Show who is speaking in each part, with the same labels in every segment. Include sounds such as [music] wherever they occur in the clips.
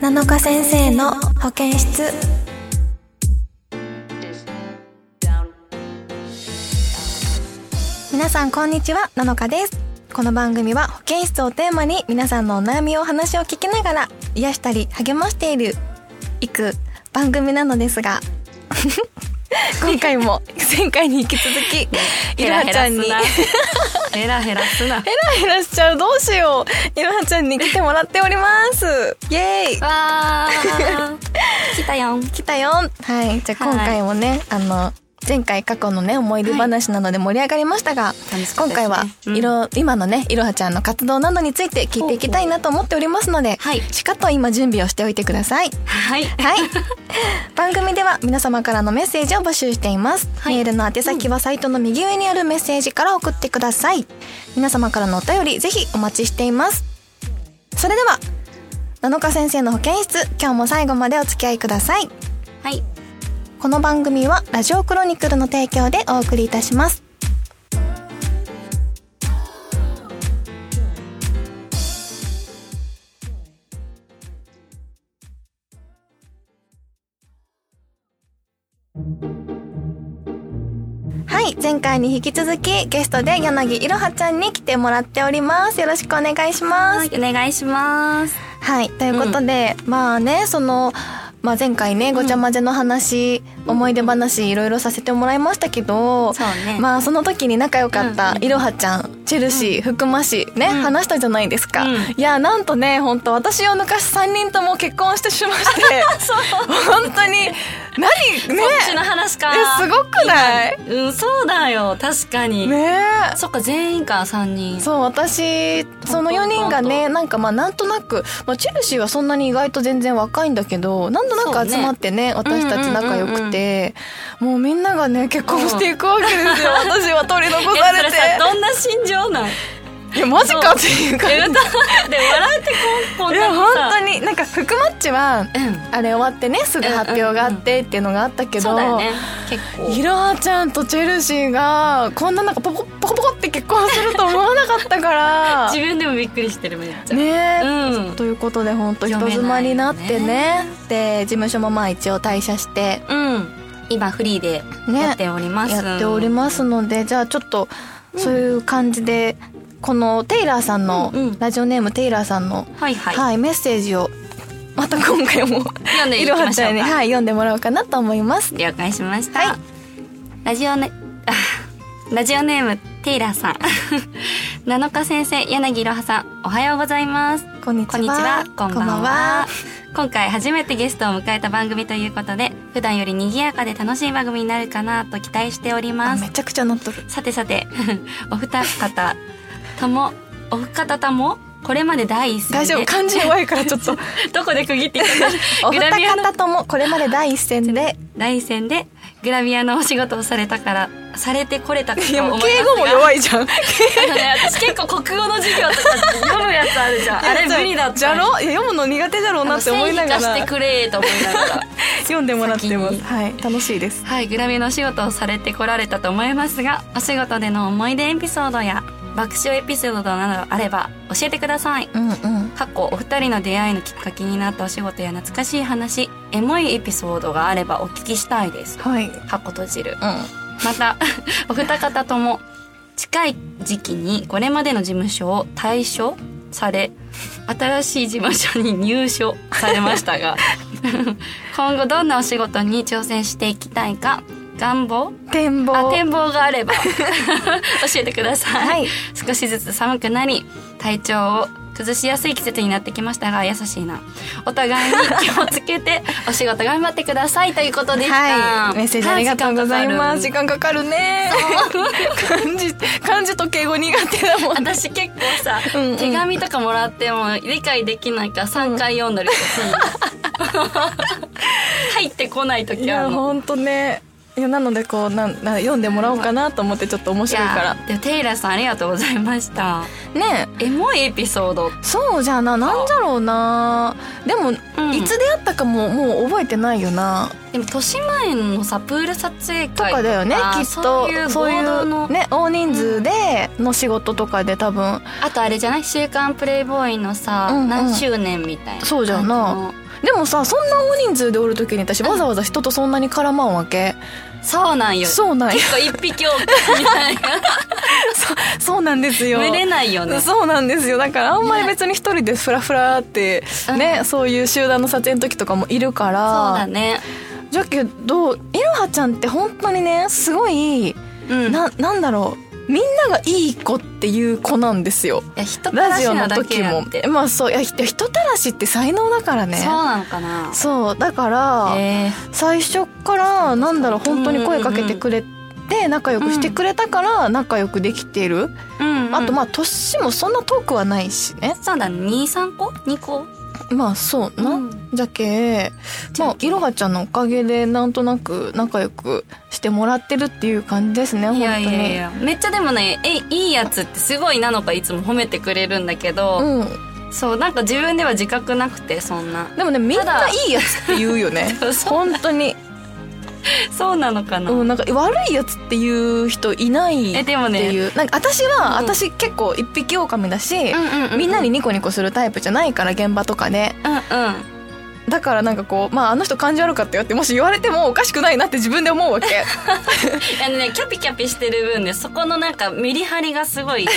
Speaker 1: 七日先生の保健室皆さんこんにちは七日ですこの番組は保健室をテーマに皆さんのお悩みをお話を聞きながら癒したり励ましているいく番組なのですが [laughs] 今回も前回に引き続きいろはちゃんに
Speaker 2: [laughs]
Speaker 1: [laughs]
Speaker 2: ヘラヘラすな。わ
Speaker 1: ヘラしちゃうどうしよういろはちゃんに来てもらっておりますイエーイ
Speaker 2: [laughs] あ。来たよん。
Speaker 1: 来たよはいじゃあ
Speaker 2: はい
Speaker 1: 今回もね、あの前回過去のね思い出話なので盛り上がりましたが、
Speaker 2: 楽しかったですね
Speaker 1: 今回は、
Speaker 2: うん
Speaker 1: いろ今のねいろはちゃんの活動などについて聞いていきたいなと思っておりますので、
Speaker 2: はい
Speaker 1: しかと今準備をしておいてください
Speaker 2: はい。
Speaker 1: はい。
Speaker 2: [laughs]
Speaker 1: 番組では皆様からのメッセージを募集しています。
Speaker 2: はい
Speaker 1: メールの宛先はサイトの右上にあるメッセージから送ってください。皆様からのお便りぜひお待ちしています。それでは、七日先生の保健室、今日も最後までお付き合いください。
Speaker 2: はい。
Speaker 1: この番組はラジオクロニクルの提供でお送りいたします。はい、前回に引き続きゲストで柳いろはちゃんに来てもらっております。よろしくお願いします。
Speaker 2: お願いします。
Speaker 1: はい、ということで、まあねその、まあ、前回ねごちゃ混ぜの話、思い出話いろいろさせてもらいましたけど、
Speaker 2: そうね
Speaker 1: まあその時に仲良かった
Speaker 2: うんうん
Speaker 1: いろはちゃんチェルシー、福間氏ね、
Speaker 2: ん
Speaker 1: 話したじゃないですか、
Speaker 2: うん
Speaker 1: いやなんとね本当私を抜かし3人とも結婚してしまして
Speaker 2: [laughs]
Speaker 1: 本当に何ね
Speaker 2: こっちの話か。
Speaker 1: えすごくない
Speaker 2: うん、そうだよ。確かに。
Speaker 1: ねえ
Speaker 2: そっか、全員か、三人。
Speaker 1: そう私その4人が
Speaker 2: トントント
Speaker 1: ねなんかまあなんとなく、まあ、チェルシーはそんなに意外と全然若いんだけどなんとなく集まってね私たち仲良くて、もうみんながね結婚していくわけですよ、私は取り残
Speaker 2: え、
Speaker 1: さ
Speaker 2: そ
Speaker 1: れ
Speaker 2: れ
Speaker 1: て
Speaker 2: さ、どんな心情なん
Speaker 1: いやマジかっていう感
Speaker 2: え、歌って笑ってポンポン
Speaker 1: じいや本当
Speaker 2: に。
Speaker 1: になんか福マッチは
Speaker 2: うん。
Speaker 1: あれ終わってねすぐ発表があってっていうのがあったけど、
Speaker 2: そうだよね。結
Speaker 1: い
Speaker 2: 構。
Speaker 1: ろはちゃんとチェルシーがこんななんかポコポコポコって結婚すると思わなかったから
Speaker 2: [laughs] 自分でもびっくりしてる、めっちゃ。
Speaker 1: ねえ、
Speaker 2: うん。
Speaker 1: ということで本当人妻になって
Speaker 2: 読め
Speaker 1: ねで事務所もまあ一応退社して
Speaker 2: うん。今、フリーでやっております。
Speaker 1: やっておりますのでじゃあちょっとそういう感じで、このテイラーさんの、
Speaker 2: うんうん
Speaker 1: ラジオネームテイラーさんの、
Speaker 2: はいはい。
Speaker 1: はい、メッセージをまた今回も
Speaker 2: 読 [laughs] んでい
Speaker 1: い
Speaker 2: き
Speaker 1: ろ
Speaker 2: ま
Speaker 1: は
Speaker 2: し
Speaker 1: ち
Speaker 2: ょ
Speaker 1: ゃ
Speaker 2: うん
Speaker 1: に、
Speaker 2: か。
Speaker 1: はい、読んでもらおうかなと思います。
Speaker 2: 了解しました、
Speaker 1: はい
Speaker 2: ラジオネあラジオネームテイラーさん [laughs] 七日先生柳いろはさんおはようございます
Speaker 1: こんにちは
Speaker 2: こんにちはこん
Speaker 1: こ
Speaker 2: ばんは
Speaker 1: んばんは
Speaker 2: 今回初めてゲストを迎えた番組ということで普段より賑やかで楽しい番組になるかなと期待しており
Speaker 1: あ
Speaker 2: ます
Speaker 1: めちゃくちゃ乗っとる。
Speaker 2: さてさて [laughs] お二方ともお二方ともこれまで第一
Speaker 1: 大
Speaker 2: 線
Speaker 1: 丈夫
Speaker 2: で
Speaker 1: 漢字弱いからちょっと
Speaker 2: [laughs] どこで区切っていた
Speaker 1: お
Speaker 2: グラビ
Speaker 1: 二
Speaker 2: アの
Speaker 1: 方ともこれまで第一線
Speaker 2: [laughs]
Speaker 1: で
Speaker 2: 第一線でグラビアのお仕事をされたからされてこれたかと
Speaker 1: いや
Speaker 2: 思
Speaker 1: も
Speaker 2: いま
Speaker 1: う
Speaker 2: すが
Speaker 1: 敬語も弱いじゃん
Speaker 2: あのね私結構国語の授業とか読むやつあるじゃん
Speaker 1: [laughs]
Speaker 2: あれ無理だった
Speaker 1: じゃろいや読むの苦手じゃろうなって思いなが
Speaker 2: あの線
Speaker 1: ら
Speaker 2: 引かしてくれと思いながら
Speaker 1: 読んでもらってま
Speaker 2: 先
Speaker 1: す
Speaker 2: に
Speaker 1: はい楽しいです
Speaker 2: はいグラビアのお仕事をされてこられたと思いますがお仕事での思い出エピソードや爆笑エピソードなどあれば教えてください
Speaker 1: うんうん
Speaker 2: 過去お二人の出会いのきっかけになったお仕事や懐かしい話エモいエピソードがあればお聞きしたいです
Speaker 1: はいうん
Speaker 2: 箱閉じるまた [laughs] お二方とも近い時期にこれまでの事務所を退所され新しい事務所に入所されましたが [laughs] 今後どんなお仕事に挑戦していきたいか願望
Speaker 1: 展望
Speaker 2: あ展望があ
Speaker 1: [laughs]
Speaker 2: れば教えてください、
Speaker 1: はい
Speaker 2: 少しずつ寒くなり体調を崩しやすい季節になってきましたが優しいなお互いに気をつ
Speaker 1: [laughs]
Speaker 2: けてお仕事頑張ってくださいということでした、
Speaker 1: はいメッセージありがとうございます時
Speaker 2: 時間かかる
Speaker 1: 間かかるね [laughs] 漢字漢字と敬語苦手だもん
Speaker 2: [laughs] 私結構さ、
Speaker 1: うんうん
Speaker 2: 手紙とかもらっても理解できないから3回読んだりとかするの
Speaker 1: [laughs]
Speaker 2: 入ってこない
Speaker 1: [laughs] い
Speaker 2: 時あ
Speaker 1: や
Speaker 2: るの
Speaker 1: 本当ねいやなのでこうなんな読んでもらおうかなと思ってちょっと面白いから
Speaker 2: いやでもテイラーさんありがとうございました
Speaker 1: ねえ
Speaker 2: エモいエピソード
Speaker 1: そうじゃあななんじゃろうなでも、
Speaker 2: ん
Speaker 1: いつ出会ったかももう覚えてないよな
Speaker 2: でも豊島園のさプール撮影会
Speaker 1: とかだよね、
Speaker 2: あ
Speaker 1: き
Speaker 2: ー
Speaker 1: っと
Speaker 2: そういう
Speaker 1: そうい
Speaker 2: 合同の
Speaker 1: うね大人数での仕事とかで多分
Speaker 2: あとあれじゃない「週刊プレイボーイ」のさ、
Speaker 1: うんうん
Speaker 2: 何周年みたいな
Speaker 1: そうじゃな
Speaker 2: あの
Speaker 1: でもさそんな大人数でおる時に私わざわざ人とそんなに絡まんわけ、
Speaker 2: そうなんよ
Speaker 1: そうなんよ
Speaker 2: 結構一匹多くみたいな
Speaker 1: [laughs] そうなんですよ
Speaker 2: 群れないよね
Speaker 1: そうなんですよだからあんまり別に一人でフラフラってね、そういう集団の撮影の時とかもいるか
Speaker 2: そうだ
Speaker 1: ら
Speaker 2: ね、
Speaker 1: じゃけどいろはちゃんって本当にねすごい、
Speaker 2: うん、
Speaker 1: ななんだろうみんながいい子っていう子なんですよ
Speaker 2: いや人た
Speaker 1: ラ
Speaker 2: ら
Speaker 1: ジ
Speaker 2: し
Speaker 1: オ
Speaker 2: な
Speaker 1: の
Speaker 2: だ
Speaker 1: 時
Speaker 2: けや
Speaker 1: も
Speaker 2: って、
Speaker 1: まあそういや人人たらしって才能だからね
Speaker 2: そうなのかな
Speaker 1: そうだから、
Speaker 2: え
Speaker 1: 最初からなんだろう本当に声かけてくれて仲良くしてくれたから仲良くできてる、
Speaker 2: ーうんうん
Speaker 1: あとまあ年もそんな遠くはないしね
Speaker 2: そうだね23個2個
Speaker 1: まあそうな、
Speaker 2: うん
Speaker 1: じゃけまあいろはちゃんのおかげでなんとなく仲良くしてもらってるっていう感じですね本当
Speaker 2: い
Speaker 1: に
Speaker 2: やいやいやめっちゃでもねえいいやつってすごいなのかいつも褒めてくれるんだけど、
Speaker 1: うん
Speaker 2: そうなんか自分では自覚なくてそんな [laughs]
Speaker 1: でもねみん
Speaker 2: た
Speaker 1: な
Speaker 2: だ
Speaker 1: いいやつって言うよね
Speaker 2: [laughs] そう
Speaker 1: 本当に
Speaker 2: そうなのかな、
Speaker 1: うん、なんか悪いやつっていう人いない
Speaker 2: え
Speaker 1: って
Speaker 2: でもね
Speaker 1: いう、なんか私は、
Speaker 2: うん
Speaker 1: 私結構一匹狼だし、
Speaker 2: うんうんう
Speaker 1: みんなにニコニコするタイプじゃないから現場とかで
Speaker 2: うんうん
Speaker 1: だからなんかこう、まあ、あの人感じ悪かったよってもし言われてもおかしくないなって自分で思
Speaker 2: [laughs]
Speaker 1: うわけ
Speaker 2: あのねキャピキャピしてる分ねそこのなんかメリハリがす
Speaker 1: [laughs]
Speaker 2: ごい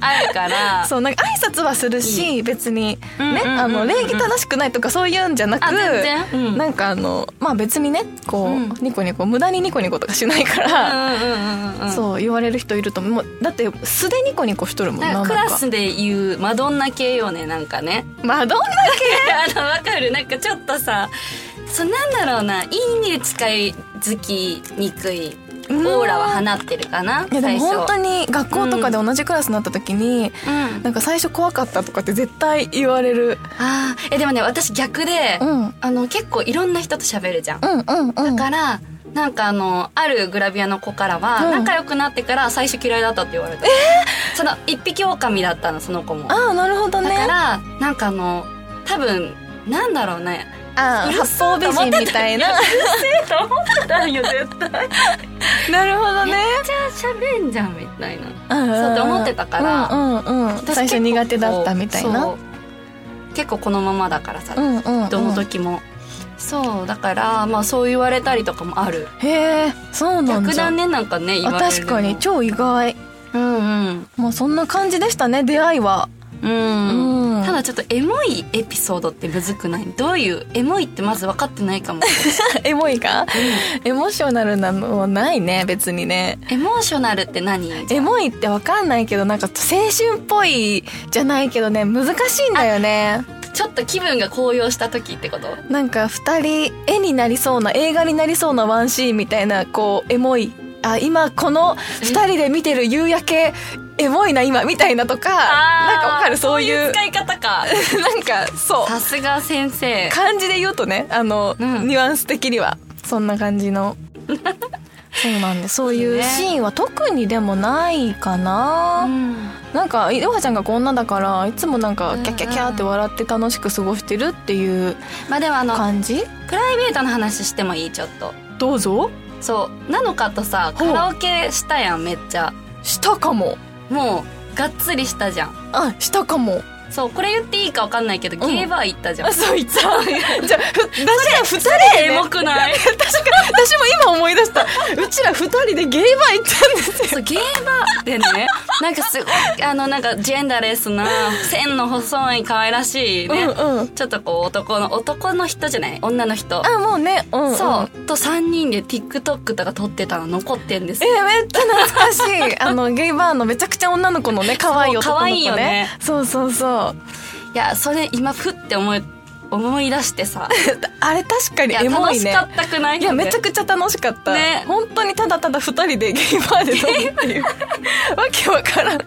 Speaker 2: あるから
Speaker 1: そうなんか挨拶はするし、別に
Speaker 2: うんうん
Speaker 1: ね
Speaker 2: うんうん
Speaker 1: あの礼儀正しくないとかそういうんじゃなく
Speaker 2: あ全然うん
Speaker 1: なんかあのまあ別にねこう、
Speaker 2: うん
Speaker 1: ニコニコ無駄にニコニコとかしないから、
Speaker 2: うんうんうんうんうん
Speaker 1: そう言われる人いると思うもうだって素でニコニコしとるもんな
Speaker 2: なんかク
Speaker 1: なん
Speaker 2: ラ
Speaker 1: か
Speaker 2: スで言うマドンナ系よねなんかね
Speaker 1: まあどんな
Speaker 2: あのわかるなんかちょっとさそうなんだろうないい意味で近づきにくいオーラは放ってるかない
Speaker 1: やで
Speaker 2: 最
Speaker 1: も
Speaker 2: 初
Speaker 1: 本当に学校とかで同じクラスになった時に、
Speaker 2: うん
Speaker 1: なんか最初怖かったとかって絶対言われる、
Speaker 2: あーえでもね私逆で、
Speaker 1: うん、うん
Speaker 2: あの結構いろんな人と喋るじゃん、
Speaker 1: うんうん
Speaker 2: だからなんかあのあるグラビアの子から
Speaker 1: う
Speaker 2: は、
Speaker 1: ん
Speaker 2: 仲良くなってから最初嫌いだったって言われてその一匹狼だったのその子もだ
Speaker 1: ああなるほどね
Speaker 2: からなんかあの多分なんだろうね
Speaker 1: ああ
Speaker 2: うる
Speaker 1: 八
Speaker 2: せえ
Speaker 1: 方美人みたいな
Speaker 2: [laughs] えと思ってたんよ絶対 [laughs]
Speaker 1: なるほど
Speaker 2: めっ
Speaker 1: ね
Speaker 2: ちゃ喋んじゃんみたいな
Speaker 1: そう
Speaker 2: って思ってたから
Speaker 1: うんうんうん、最初苦手だったみたい
Speaker 2: そ
Speaker 1: な
Speaker 2: う結構このままだからさ、
Speaker 1: うんうん、うん、
Speaker 2: どの時も、そうだからまあそう言われたりとかもある
Speaker 1: へえそうなん
Speaker 2: 逆
Speaker 1: じゃ
Speaker 2: だねなんかね言
Speaker 1: あ
Speaker 2: われる
Speaker 1: 確かに
Speaker 2: ょ
Speaker 1: 超意外
Speaker 2: うんうん
Speaker 1: もうそんな感じでしたね出会いは
Speaker 2: うん、
Speaker 1: うん
Speaker 2: ただちょっとエモいエピソードってむずくないどういうエモいってまず分かってな
Speaker 1: [laughs]
Speaker 2: いかも
Speaker 1: エモいかエモーショナルなのはないね別にね
Speaker 2: エモーショナルって何
Speaker 1: エモいってわかんないけどなんか青春っぽいじゃないけどね難しいんだよね
Speaker 2: ちょっと気分が高揚した時ってこと
Speaker 1: なんか二人絵になりそうな映画になりそうなワンシーンみたいなこうエモいあ今この二人で見てる夕焼けエモいな今みたいなとか
Speaker 2: あー
Speaker 1: なんかわかるそういう
Speaker 2: 使い
Speaker 1: [laughs]
Speaker 2: 方か
Speaker 1: なんかそう
Speaker 2: さすが先生
Speaker 1: 漢字で言うとねあの、
Speaker 2: うん
Speaker 1: ニュアンス的にはそんな感じ
Speaker 2: [laughs]
Speaker 1: のそうなんでそういう
Speaker 2: ですね
Speaker 1: シーンは特にでもないかな、
Speaker 2: うん
Speaker 1: なんかいろはちゃんがこんなだからいつもなん
Speaker 2: う
Speaker 1: か
Speaker 2: んうん
Speaker 1: キャッキャッキャーって笑って楽しく過ごしてるっていう
Speaker 2: まあでもあの
Speaker 1: 感じ
Speaker 2: プライベートの話してもいいちょっと
Speaker 1: どうぞ
Speaker 2: そうなのかとさ
Speaker 1: ほう
Speaker 2: カラオケしたやんめっちゃ
Speaker 1: したかも
Speaker 2: もうがっつりしたじゃん
Speaker 1: あしたかも
Speaker 2: そうこれ言っていいか分かんないけど、
Speaker 1: ん
Speaker 2: ゲーバー行ったじゃん
Speaker 1: あそういつじゃあふ私ら二人で
Speaker 2: エ
Speaker 1: ね、
Speaker 2: モくな
Speaker 1: [laughs]
Speaker 2: い
Speaker 1: 確か私も今思い出したうちら二人でゲイバー行ったんですよ
Speaker 2: [laughs] そうゲーバーってね [laughs] なんかすごいあのなんかジェンダーレスな線の細い可愛らしいね、
Speaker 1: うんうん
Speaker 2: ちょっとこう男の男の人じゃない女の人
Speaker 1: あもうねうん、うん、
Speaker 2: そうと3人で TikTok とか撮ってたの残ってんです
Speaker 1: え
Speaker 2: よ
Speaker 1: ーめっちゃ懐かしい [laughs] あのゲイバーのめちゃくちゃ女の子のね可愛い男の子
Speaker 2: そう可愛いよ
Speaker 1: ね
Speaker 2: ね
Speaker 1: そうそうそう
Speaker 2: いやそれ今ふって思い思い出して [laughs] さ
Speaker 1: あれ確か
Speaker 2: い
Speaker 1: に
Speaker 2: や
Speaker 1: エモ
Speaker 2: 楽
Speaker 1: い
Speaker 2: し
Speaker 1: ね
Speaker 2: かったくない
Speaker 1: いやめちゃ
Speaker 2: く
Speaker 1: くちゃ楽しかった、
Speaker 2: ね
Speaker 1: 本当にただただ二人でゲ [laughs] ーバーで飲むって
Speaker 2: [laughs]
Speaker 1: いうわけわからん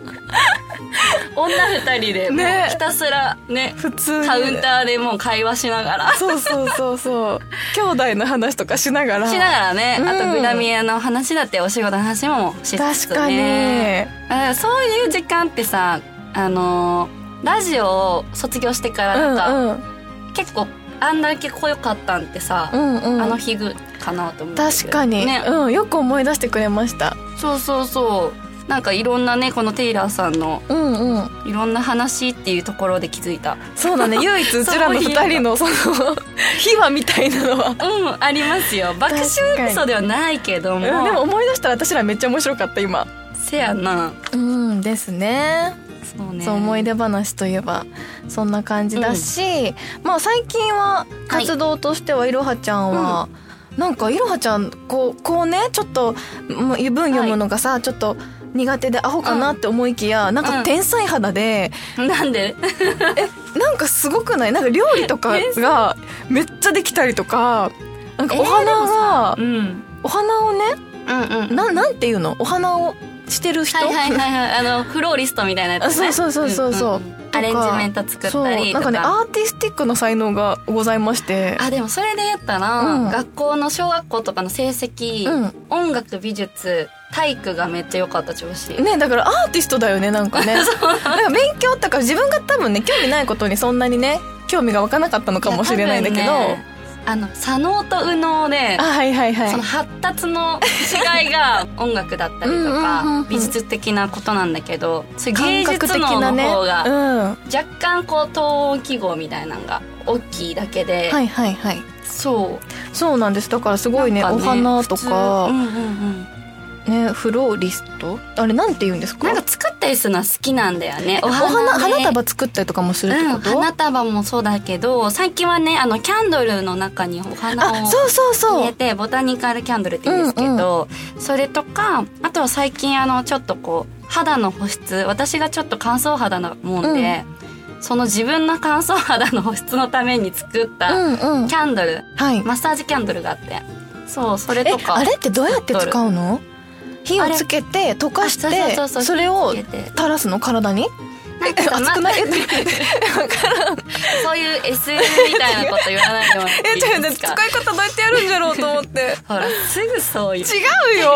Speaker 2: 女2人でもう
Speaker 1: ね
Speaker 2: ひたすらね
Speaker 1: 普通に
Speaker 2: カウンターでもう会話しながらし
Speaker 1: そうそうそうそう兄弟の話とかしながら
Speaker 2: ながらね、
Speaker 1: うん
Speaker 2: あとグラミアの話だってお仕事の話もしつつ、ね、
Speaker 1: 確かに、
Speaker 2: あそういう時間ってさあのーラジオを卒業してから
Speaker 1: う
Speaker 2: と
Speaker 1: ん
Speaker 2: か、
Speaker 1: うん
Speaker 2: 結構あんだけ濃よかったんってさ、
Speaker 1: うんうん
Speaker 2: あの日ぐかなと思って
Speaker 1: 確かに、
Speaker 2: ね、
Speaker 1: うん、よく思い出してくれました
Speaker 2: そうそうそうなんかいろんなねこのテイラーさんの
Speaker 1: うんうん
Speaker 2: いろんな話っていうところで気づいた
Speaker 1: そう
Speaker 2: [laughs]
Speaker 1: だね唯一うちらの二人のその秘話みたいなのは、
Speaker 2: うんありますよ爆笑エピソードではないけども
Speaker 1: うん、でも思い出したら私らめっちゃ面白かった今
Speaker 2: せやな
Speaker 1: うんですね
Speaker 2: そうね
Speaker 1: そう思い出話といえばそんな感じだし、まあ最近は活動としてはいろはちゃんは、なんかいろはちゃんこうこうねちょっともう文読むのがさ、ちょっと苦手でアホかなって思いきや、なんか天才肌で、
Speaker 2: なんで
Speaker 1: なんかすごくないなんか料理と
Speaker 2: [laughs]
Speaker 1: かがめっちゃできたりとかなんかお花が、
Speaker 2: うんうん
Speaker 1: お花をね
Speaker 2: うん
Speaker 1: ななんていうのお花をしてる人、
Speaker 2: はいはいはいはいあのフローリストみたいなやつ、ね、
Speaker 1: あそうそうそうそうそうん
Speaker 2: ん
Speaker 1: とか
Speaker 2: アレンジメント作
Speaker 1: そう
Speaker 2: ったり
Speaker 1: な
Speaker 2: と
Speaker 1: ん
Speaker 2: か
Speaker 1: かねアーティスティックな才能がございまして
Speaker 2: あでもそれで言ったら、
Speaker 1: うん
Speaker 2: 学校の小学校とかの成績、
Speaker 1: う
Speaker 2: 音楽美術体育がめっちゃ良かった調子、
Speaker 1: ねだからアーティストだよねなん
Speaker 2: [laughs]
Speaker 1: かねなんか勉強とか自分が多分ね興味ないことにそんなにね興味が湧かなかったのかもしれないんだけど、
Speaker 2: や多分ねあの左脳と右脳で
Speaker 1: あはいはいは
Speaker 2: そ
Speaker 1: い
Speaker 2: の発達の違いが音楽だったりと
Speaker 1: うんうんうんう
Speaker 2: か
Speaker 1: ん
Speaker 2: 美術的なことなんだけどそういう芸
Speaker 1: 感覚
Speaker 2: 術
Speaker 1: 的
Speaker 2: 脳
Speaker 1: な
Speaker 2: の
Speaker 1: ね
Speaker 2: 方が
Speaker 1: うん
Speaker 2: 若干こう等音記号みたいなのが大きいだけで、
Speaker 1: はいはいはい
Speaker 2: そう
Speaker 1: そうなんですだからすごいね
Speaker 2: なん
Speaker 1: お
Speaker 2: かね
Speaker 1: 花と
Speaker 2: 普通
Speaker 1: か、
Speaker 2: うんうんうん
Speaker 1: ねフローリストあれなんて言うんですか
Speaker 2: なんか作ったりするのは好きなんだよね
Speaker 1: お花
Speaker 2: ね
Speaker 1: 花束作ったりとかもするって
Speaker 2: うん、
Speaker 1: こと、
Speaker 2: 花束もそうだけど最近はねあのキャンドルの中にお花
Speaker 1: あ
Speaker 2: を
Speaker 1: そうそう
Speaker 2: 入
Speaker 1: そ
Speaker 2: れ
Speaker 1: う
Speaker 2: てボタニカルキャンドルって言うんですけど、それとかあとは最近あのちょっとこう肌の保湿私がちょっと乾燥肌なもんで、その自分の乾燥肌の保湿のために作った
Speaker 1: うんうん
Speaker 2: キャンドル、
Speaker 1: はい
Speaker 2: マッサージキャンドルがあってそうそれ
Speaker 1: え
Speaker 2: とか
Speaker 1: あれってどうやって使うの火をつけて溶かし
Speaker 2: あ
Speaker 1: て
Speaker 2: そうそうそうそう
Speaker 1: それを
Speaker 2: つけて
Speaker 1: 垂らすの体に
Speaker 2: [laughs] なん
Speaker 1: え
Speaker 2: か
Speaker 1: 熱くないえ
Speaker 2: そういう SM みたいなこと言わないでもらってい
Speaker 1: えちょっと
Speaker 2: いで
Speaker 1: 待っ
Speaker 2: す
Speaker 1: て
Speaker 2: か
Speaker 1: 使い方どうやってやるんじゃろうと思って
Speaker 2: ほらすぐそういう
Speaker 1: 違うよ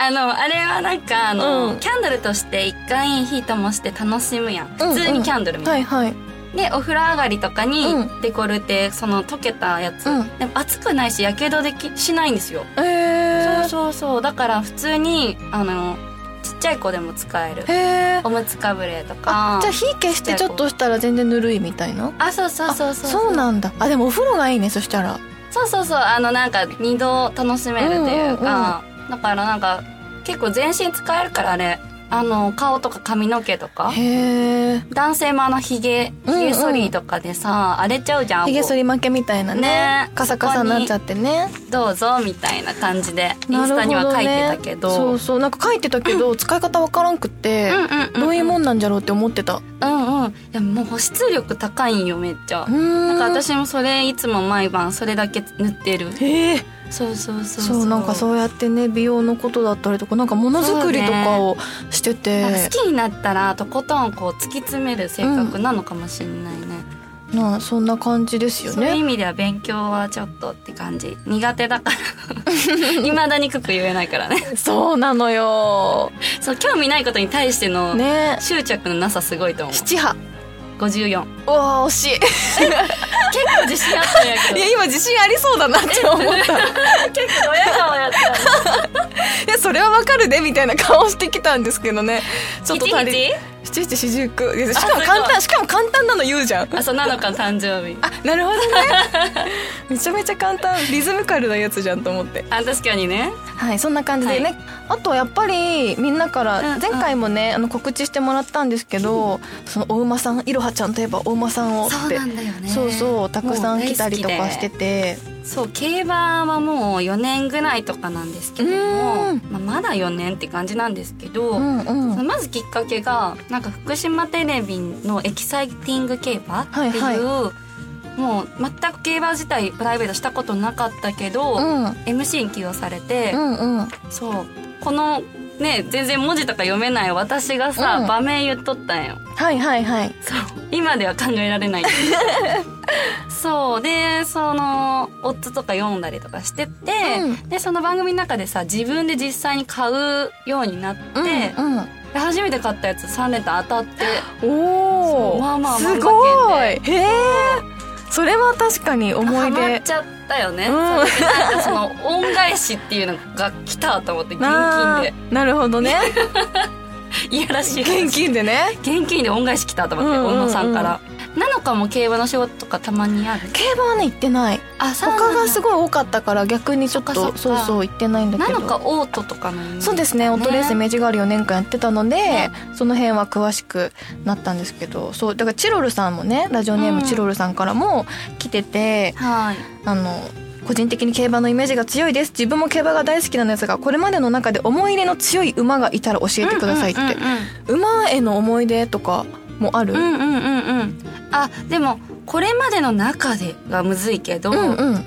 Speaker 2: あのあれはなんかあの、
Speaker 1: うん
Speaker 2: キャンドルとして一回火灯して楽しむやん
Speaker 1: うんう
Speaker 2: 普
Speaker 1: ん
Speaker 2: 通にキャンドルみた
Speaker 1: はいいはい
Speaker 2: な、でお風呂上がりとかに
Speaker 1: うん
Speaker 2: デコルテその溶けたやつ、
Speaker 1: うん
Speaker 2: でも熱くないしやけどできしないんですよ、
Speaker 1: え
Speaker 2: そう
Speaker 1: ー、
Speaker 2: そうそうだから普通にあのちっちゃい子でも使える
Speaker 1: へー
Speaker 2: おむつかぶれと
Speaker 1: あ
Speaker 2: か
Speaker 1: じゃあ火消してちょっとしたら全然ぬるいみたいな
Speaker 2: あそうそうそうそう
Speaker 1: あそうなんだあでもお風呂がいいねそしたら
Speaker 2: そうそうそうあのなんか二度楽しめるというか、だからなんか結構全身使えるからあれあの顔とか髪の毛とか
Speaker 1: へー
Speaker 2: 男性もあのひげひげ剃りとかでさ、荒れちゃうじゃん
Speaker 1: ひげ剃
Speaker 2: り
Speaker 1: り負けみたいなね
Speaker 2: ね
Speaker 1: カサカサになっちゃってね
Speaker 2: どうぞみたいな感じでイン
Speaker 1: なる
Speaker 2: ス
Speaker 1: ほ
Speaker 2: タには書いて
Speaker 1: ね
Speaker 2: たけど
Speaker 1: そうそうなんか書いてたけど使い方わからんくって
Speaker 2: うんうんうんうん
Speaker 1: どういうもんなんじゃろうって思ってた
Speaker 2: うんうんいやもう保湿力高いんよめっちゃ、
Speaker 1: な
Speaker 2: なんか私もそれいつも毎晩それだけ塗ってる
Speaker 1: へえ
Speaker 2: そうそうそう
Speaker 1: そうなんかそうやってね美容のことだったりとかなんかものづくりとかをしてて、
Speaker 2: なんか好きになったらとことんこう突き詰める性格なのかもしれないね、
Speaker 1: なあそんな感じですよ
Speaker 2: そういう意
Speaker 1: ね
Speaker 2: 味では勉強はちょっとって感じ苦手だから
Speaker 1: [laughs]
Speaker 2: 未だにくく言えないからね
Speaker 1: そうなのよ
Speaker 2: そう興味ないことに対しての
Speaker 1: ね
Speaker 2: 執着のなさすごいと思う
Speaker 1: 七波
Speaker 2: 54結
Speaker 1: うわあ惜しい
Speaker 2: 構自信あったんやけど
Speaker 1: いや今自信ありそうだなって思 [laughs] ったい
Speaker 2: 結構親顔やった [laughs]
Speaker 1: やそれはわかるでみたいな顔してきたんですけど [laughs] ねちょっと足り
Speaker 2: 1
Speaker 1: 七七四十九いやしかも簡単しかも簡単なの言うじゃん [laughs]
Speaker 2: 日あそう7日の誕生日
Speaker 1: あなるほどねめちゃめちゃ簡単リズムカルなやつじゃんと思って
Speaker 2: あ確かにね
Speaker 1: はい、そんな感じでね、あとやっぱりみんなか
Speaker 2: うんう
Speaker 1: ら
Speaker 2: ん
Speaker 1: 前回もね、あの告知してもらったんですけど、そのお馬さんいろはちゃんといえばお馬さんをって
Speaker 2: そうなんだよね
Speaker 1: そうそうたくさん来たりとかしてて
Speaker 2: そう競馬はもう4年ぐらいとかなんですけども
Speaker 1: うん、
Speaker 2: まあ、まだ4年って感じなんですけ
Speaker 1: う
Speaker 2: ど、
Speaker 1: んうん
Speaker 2: そのまずきっかけがなんか福島テレビの「エキサイティング競馬」っていう、
Speaker 1: はい
Speaker 2: もう全く競馬自体プライベートしたことなかったけ
Speaker 1: う
Speaker 2: ど、
Speaker 1: ん
Speaker 2: MC に起用されて、
Speaker 1: うんうん
Speaker 2: そうこのね全然文字とか読めない私がさ、
Speaker 1: うん
Speaker 2: 場面言っとったんよ
Speaker 1: はいはいはい
Speaker 2: そう今では考えられない
Speaker 1: [laughs]
Speaker 2: そうでそのオッズとか読んだりとかしてて、
Speaker 1: うん
Speaker 2: でその番組の中でさ自分で実際に買うようになって、
Speaker 1: うんうん
Speaker 2: で初めて買ったやつ3連単当たって
Speaker 1: お
Speaker 2: そう
Speaker 1: お、
Speaker 2: まあまあ
Speaker 1: すご
Speaker 2: まあま
Speaker 1: い
Speaker 2: あ
Speaker 1: へえそれは確かに思
Speaker 2: ハ
Speaker 1: い
Speaker 2: マっ
Speaker 1: 出
Speaker 2: ちゃったよね、
Speaker 1: うん
Speaker 2: それでなんかその恩返しっていうのが来たと思って現金
Speaker 1: あ
Speaker 2: で [laughs]
Speaker 1: ーなるほどね
Speaker 2: いやらしい
Speaker 1: 現金でね
Speaker 2: 現金で恩返し来たと思って、
Speaker 1: うんうんうん
Speaker 2: 小野さんからなのかも競馬の仕事とかたまにある
Speaker 1: 競馬はね行ってない
Speaker 2: あそうなんだ
Speaker 1: 他がすごい多かったから逆にちょっと
Speaker 2: そ
Speaker 1: そ
Speaker 2: っかそっ
Speaker 1: う
Speaker 2: か
Speaker 1: そう行ってないんだ
Speaker 2: な
Speaker 1: けど
Speaker 2: のかオートとかのイメージ
Speaker 1: そうですねオートレースイメージがある4年間やってたので、
Speaker 2: ね
Speaker 1: その辺は詳しくなったんですけどそうだからチロルさんもねラジオネー
Speaker 2: う
Speaker 1: ム
Speaker 2: ん
Speaker 1: チロルさんからも来てて、
Speaker 2: はい
Speaker 1: あの個人的に競馬のイメージが強いです自分も競馬が大好きなんですがこれまでの中で思い入れの強い馬がいたら教えてくださいって、馬への思い出とかもある、
Speaker 2: うんうんうんうんうんうんうんあでもこれまでの中でがむずいけど、
Speaker 1: うんうん
Speaker 2: や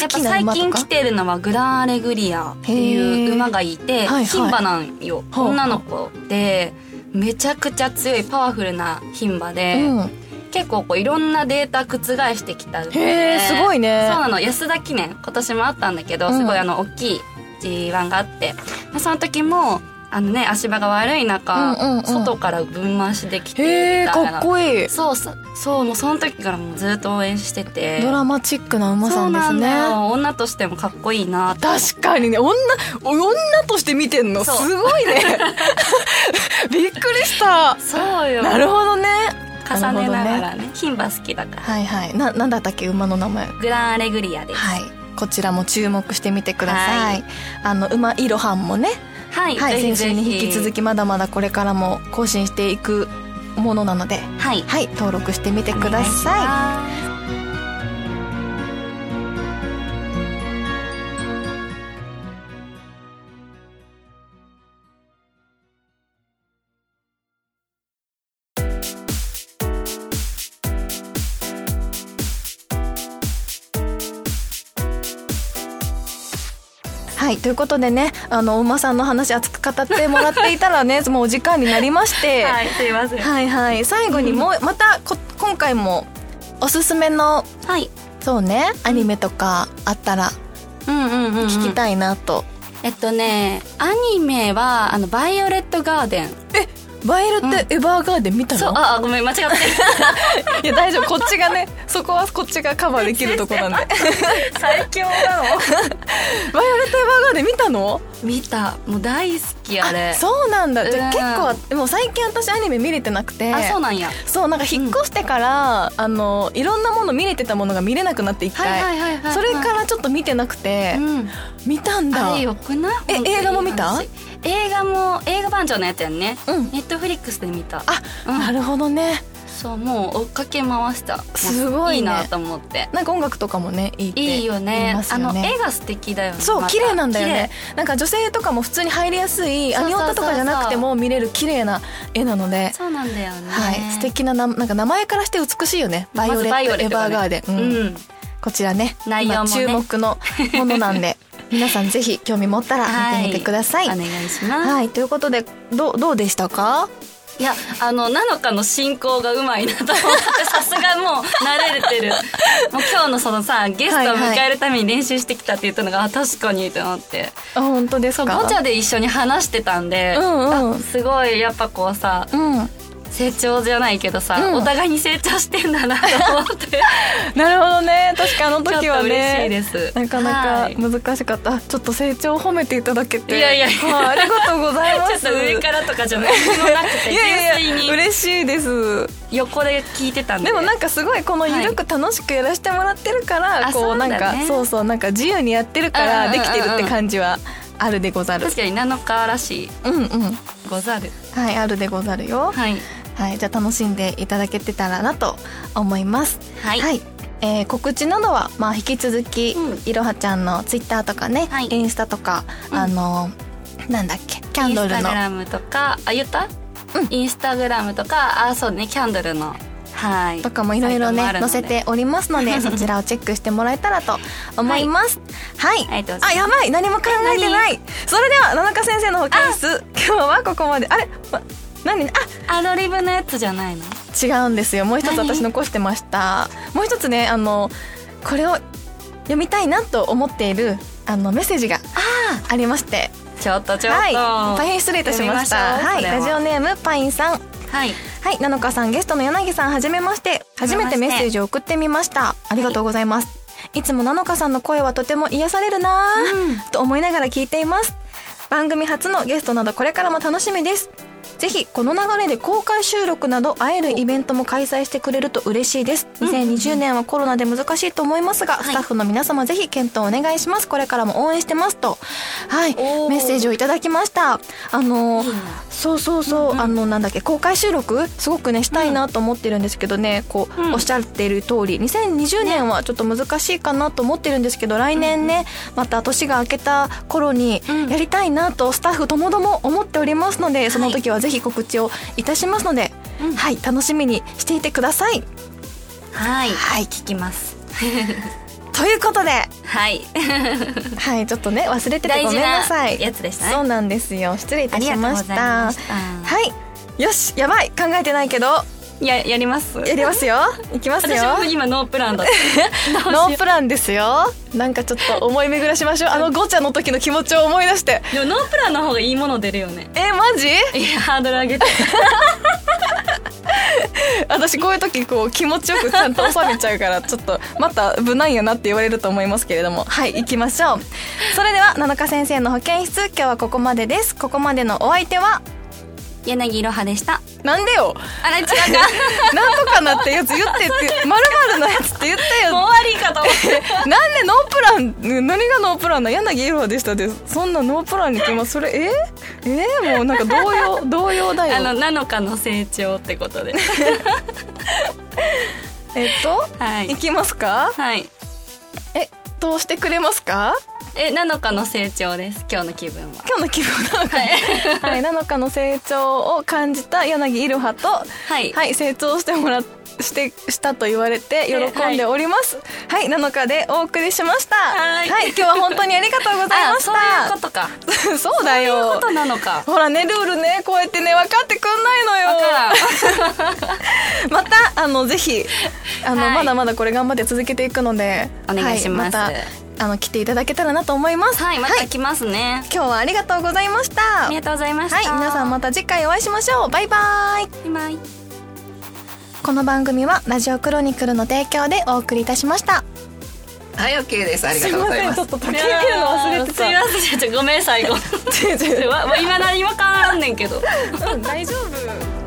Speaker 1: 好
Speaker 2: っぱ
Speaker 1: きな
Speaker 2: 最
Speaker 1: 馬と
Speaker 2: 近
Speaker 1: か
Speaker 2: 来てるのはグランアレグリアってい
Speaker 1: へ
Speaker 2: う
Speaker 1: ー
Speaker 2: 馬がいて
Speaker 1: いはい
Speaker 2: 牝馬なんよ、
Speaker 1: ほう
Speaker 2: 女の子でめちゃくちゃ強いパワフルな牝馬で、
Speaker 1: うん、
Speaker 2: 結構こういろんなデータ覆してきたので
Speaker 1: へえすごい
Speaker 2: そう
Speaker 1: ね
Speaker 2: なの安田記念今年もあったんだけど
Speaker 1: うん
Speaker 2: すごいあの大きい G1 があって、まあ、その時もあのね足場が悪い中、
Speaker 1: うんうんうん
Speaker 2: 外から分回しできて
Speaker 1: へえ
Speaker 2: みたいな
Speaker 1: かっこいい
Speaker 2: そうそうそうもうその時からもうずっと応援してて
Speaker 1: ドラマチックな馬さんです
Speaker 2: そうなんだ
Speaker 1: ね
Speaker 2: よ女としてもかっこいいなって
Speaker 1: 確かにね女女として見てんのす
Speaker 2: そう
Speaker 1: ご [laughs] いねびっくりした
Speaker 2: そうよ
Speaker 1: なるほどね
Speaker 2: 重ねなが
Speaker 1: るほどね
Speaker 2: らね牝馬好きだから
Speaker 1: はいはいななんだったっけ馬の名前
Speaker 2: グランアレグリアです
Speaker 1: はい、こちらも注目してみてくださ。
Speaker 2: はい
Speaker 1: あの馬いろはんもね、
Speaker 2: はい、
Speaker 1: はい、
Speaker 2: ぜ
Speaker 1: 先
Speaker 2: ひぜ
Speaker 1: 週
Speaker 2: ひ
Speaker 1: に引き続きまだまだこれからも更新していくものなので、
Speaker 2: はい
Speaker 1: はい、登録してみてくださ
Speaker 2: さい
Speaker 1: い。はい、ということでね、あのお馬さんの話熱く語ってもらっていたらね、 [laughs] もうお時間になりまして、は、
Speaker 2: はいいすいませんは
Speaker 1: はい、最後にもうまたこ今回もおすすめの
Speaker 2: い
Speaker 1: そうねアニメとかあったら
Speaker 2: うんうんうんうん
Speaker 1: 聞きたいなと。
Speaker 2: えっとねアニメはあのバイオレットガーデン
Speaker 1: バイエルってエヴァーガーデン見たの？
Speaker 2: そうああごめん間違って
Speaker 1: [laughs] いや大丈夫こっちが [laughs] ねそこはこっちがカバーできるとこなんで [laughs]
Speaker 2: 最強だも
Speaker 1: バイオレット・エヴァーガーデン見たの
Speaker 2: ん見たもう大好きあれ
Speaker 1: そうなんだじゃあ
Speaker 2: うん
Speaker 1: 結構でも最近私アニメ見れてなくて
Speaker 2: あそうなんや
Speaker 1: そうなんか引っ越してから、あのいろんなもの見れてたものが見れなくなって一回、
Speaker 2: はいはいはいはい
Speaker 1: それからちょっと見てなくて、
Speaker 2: うん
Speaker 1: 見たんだ
Speaker 2: あれよくない
Speaker 1: え
Speaker 2: 本当に
Speaker 1: 映画も見た
Speaker 2: 映画も映画番長のやつやんね
Speaker 1: うん
Speaker 2: ネットフリックスで見た
Speaker 1: あ、
Speaker 2: うん
Speaker 1: なるほどね
Speaker 2: そうもう追っかけ回したもう
Speaker 1: すごいね
Speaker 2: いいなと思って
Speaker 1: なんか音楽とかもねいいって
Speaker 2: いいよね
Speaker 1: 言います
Speaker 2: あ
Speaker 1: よ
Speaker 2: の
Speaker 1: ね
Speaker 2: 絵が素敵だよね
Speaker 1: そう
Speaker 2: また
Speaker 1: 綺麗なんだよねなんか女性とかも普通に入りやすいアニオタとかじゃなくても見れる綺麗な絵なので
Speaker 2: 綺麗そうなんだよね
Speaker 1: はい、素敵なななんか名前からして美しいよね。バイオレット、エヴァーガーデン、
Speaker 2: う
Speaker 1: うん
Speaker 2: ん、
Speaker 1: こちらね、
Speaker 2: 内容もね
Speaker 1: 今注目のものなん
Speaker 2: [laughs]
Speaker 1: で、皆さんぜひ興味持ったら見てみてください。
Speaker 2: お
Speaker 1: は
Speaker 2: 願
Speaker 1: い、
Speaker 2: いします
Speaker 1: ということでどうどうでしたか？
Speaker 2: いやあの七日の進行がうまいなと思ってさすがもう慣れ
Speaker 1: [laughs]
Speaker 2: てるもう今日のそのさゲストを迎えるために練習してきたって言ったのが、あ確かにと思って
Speaker 1: あ本当です
Speaker 2: そう
Speaker 1: か？
Speaker 2: ゴチャで一緒に話してたんで、
Speaker 1: うんうん
Speaker 2: すごいやっぱこうさ
Speaker 1: うん、
Speaker 2: 成長じゃないけどさ、
Speaker 1: うん
Speaker 2: お互いに成長してんだなと思って
Speaker 1: [laughs] [laughs] なるほどね。確かあの
Speaker 2: ちょっ
Speaker 1: 時
Speaker 2: と
Speaker 1: は
Speaker 2: 嬉し
Speaker 1: ね。
Speaker 2: いです
Speaker 1: なかな
Speaker 2: は
Speaker 1: か
Speaker 2: い
Speaker 1: 難しかった、あちょっと成長を褒めていただけて
Speaker 2: いやいやいや
Speaker 1: はあ、ありがとうございま
Speaker 2: [laughs] ちょ
Speaker 1: す
Speaker 2: っと上からとかじゃなくてなくて
Speaker 1: いやいやい
Speaker 2: 純粋
Speaker 1: や
Speaker 2: に
Speaker 1: 嬉しいです
Speaker 2: 横で聞いてたんで
Speaker 1: でもなんかすごいこのゆるく楽しくやらせてもらってるから、
Speaker 2: はい
Speaker 1: こ
Speaker 2: あ
Speaker 1: うなん
Speaker 2: そうだ
Speaker 1: かそう,、
Speaker 2: ね
Speaker 1: そうなんか自由にやってるから
Speaker 2: うんうん
Speaker 1: で
Speaker 2: うんうん
Speaker 1: きてるって感じはあるでござる
Speaker 2: 確かに7日らしい
Speaker 1: うんうん
Speaker 2: ござる
Speaker 1: はいあるでござるよ
Speaker 2: はい
Speaker 1: はいじゃあ楽しんでいただけてたらなと思います
Speaker 2: はい、
Speaker 1: えー告知などは、まあ、引き続き、
Speaker 2: うん
Speaker 1: いろはちゃんのツイッターとかね、
Speaker 2: はい
Speaker 1: インスタとか、
Speaker 2: うん
Speaker 1: あのなんだっけキャンドル
Speaker 2: インスタ
Speaker 1: の
Speaker 2: グラムとかあ言った、
Speaker 1: うん
Speaker 2: インスタグラムとかあそうねキャンドルのはい
Speaker 1: とかもいろいろね
Speaker 2: サイトもあるの
Speaker 1: 載
Speaker 2: で
Speaker 1: せておりますの
Speaker 2: [laughs]
Speaker 1: でそちらをチェックしてもらえたらと思いますはい、
Speaker 2: ありがとうござい
Speaker 1: やばい何も考えてないそれでは野中先生の保健室今日はここまであれ、ま、何あ
Speaker 2: アドリブのやつじゃないの
Speaker 1: 違うんですよもう一つ
Speaker 2: 何
Speaker 1: 私残してましたもう一つねあのこれを読みたいなと思っているあのメッセージがありまして
Speaker 2: ちょっとちょっと、
Speaker 1: はい大変失礼いたしました
Speaker 2: 読
Speaker 1: はい
Speaker 2: みまし
Speaker 1: ラ
Speaker 2: ょうそ
Speaker 1: ジ
Speaker 2: れは
Speaker 1: オネームパインさん
Speaker 2: はい
Speaker 1: はい、なのかさん、ゲストの柳さん、はじめまして。初めてメッセージを送ってみました。ありがとうございます。い、つもなのかさんの声はとても癒されるなぁ、
Speaker 2: うん
Speaker 1: と思いながら聞いています。番組初のゲストなどこれからも楽しみです。ぜひこの流れで公開収録など会えるイベントも開催してくれると嬉しいです2020年はコロナで難しいと思いますが、
Speaker 2: い
Speaker 1: スタッフの皆様ぜひ検討お願いしますこれからも応援してますとはい
Speaker 2: おー
Speaker 1: メッセージをいただきましたあのー
Speaker 2: いいね
Speaker 1: そうそうそう、あのなんだっけ公開収録すごくねしたいなと思ってるんですけどね、こう、
Speaker 2: うん
Speaker 1: おっしゃっている通り2020年はちょっと難しいかなと思ってるんですけど来年ね、また年が明けた頃に
Speaker 2: うん
Speaker 1: やりたいなとスタッフともども思っておりますので、その時はぜひ告知をいたしますので、
Speaker 2: うん
Speaker 1: はい楽しみにしていてください。
Speaker 2: はい、
Speaker 1: はい
Speaker 2: 聞きます。
Speaker 1: ということで、 [laughs]
Speaker 2: はい、
Speaker 1: はいちょっとね忘れてて
Speaker 2: 大
Speaker 1: ご
Speaker 2: 事
Speaker 1: めんなさ。
Speaker 2: ないやつでしたね。
Speaker 1: そうなんですよ失礼いたしました。
Speaker 2: ありがとうございました
Speaker 1: はいよしやばい考えてないけど
Speaker 2: ややります。
Speaker 1: やりますよ。いきますよ
Speaker 2: 私。も今ノープランだった。
Speaker 1: [laughs]
Speaker 2: どうしよ
Speaker 1: ノ
Speaker 2: う
Speaker 1: ープランですよ。なんかちょっと思い巡らしましょう。あのゴチャの時の気持ちを思い出して。
Speaker 2: でもノープランの方がいいもの出るよね。
Speaker 1: えマジ？
Speaker 2: いやハードル上げて。
Speaker 1: 私こういう時こう気持ちよくちゃんと収めちゃうからちょっとまた無難やなって言われると思いますけれどもはい行きましょうそれでは七日先生の保健室今日はここまでですここまでのお相手は
Speaker 2: 柳いろはでした。
Speaker 1: なんでよ
Speaker 2: あれ違うか。
Speaker 1: [laughs] 何個かなってやつ言ってってまるまるのやつって言った
Speaker 2: もう
Speaker 1: よ
Speaker 2: 終わりかと思って。
Speaker 1: [laughs] なんでノープラン何がノープランな柳いろはでしたですそんなノープランに決
Speaker 2: [laughs]
Speaker 1: まそれええもうなんか動揺動揺だ
Speaker 2: あ
Speaker 1: よ
Speaker 2: の7日の成長ってことで。
Speaker 1: えっと、
Speaker 2: はい
Speaker 1: 行きますか
Speaker 2: はい。
Speaker 1: えどうしてくれますか
Speaker 2: え7日の成長です。今日の気分は。
Speaker 1: 今日の気分なのか
Speaker 2: はい。
Speaker 1: はい、なのかの成長を感じた柳いろはと、は
Speaker 2: はい。
Speaker 1: い、成長してもらしてしたと言われて喜んでおります。はい、なのかでお送りしました。
Speaker 2: はい
Speaker 1: 今日は本当にありがとうござい
Speaker 2: あ
Speaker 1: まし
Speaker 2: そういうこ
Speaker 1: た。
Speaker 2: とか。
Speaker 1: [laughs] そうだ
Speaker 2: そういう
Speaker 1: よ
Speaker 2: こ。となのか。
Speaker 1: ほらねルールねこうやってね分かってくんないのよ
Speaker 2: わからん。
Speaker 1: またあのぜひあの、
Speaker 2: はい
Speaker 1: まだまだこれ頑張って続けていくので
Speaker 2: お願いします
Speaker 1: はい、またあの来ていただけたらなと思います
Speaker 2: はい、また来ますね。
Speaker 1: 今日はありがとうございました
Speaker 2: ありがとうございました。
Speaker 1: はい、皆さんまた次回お会いしましょう。バイバイ。
Speaker 2: バイバイ。
Speaker 1: この番組はラジオクロニクルの提供でお送りいたしました。
Speaker 3: はい、OK です。ありがとうございます。
Speaker 1: っと時
Speaker 2: [laughs] すいま [laughs] せん、ちょっとごめん、最後。
Speaker 1: た。
Speaker 2: わわ今何も変わらんねんけど。
Speaker 1: 大丈夫。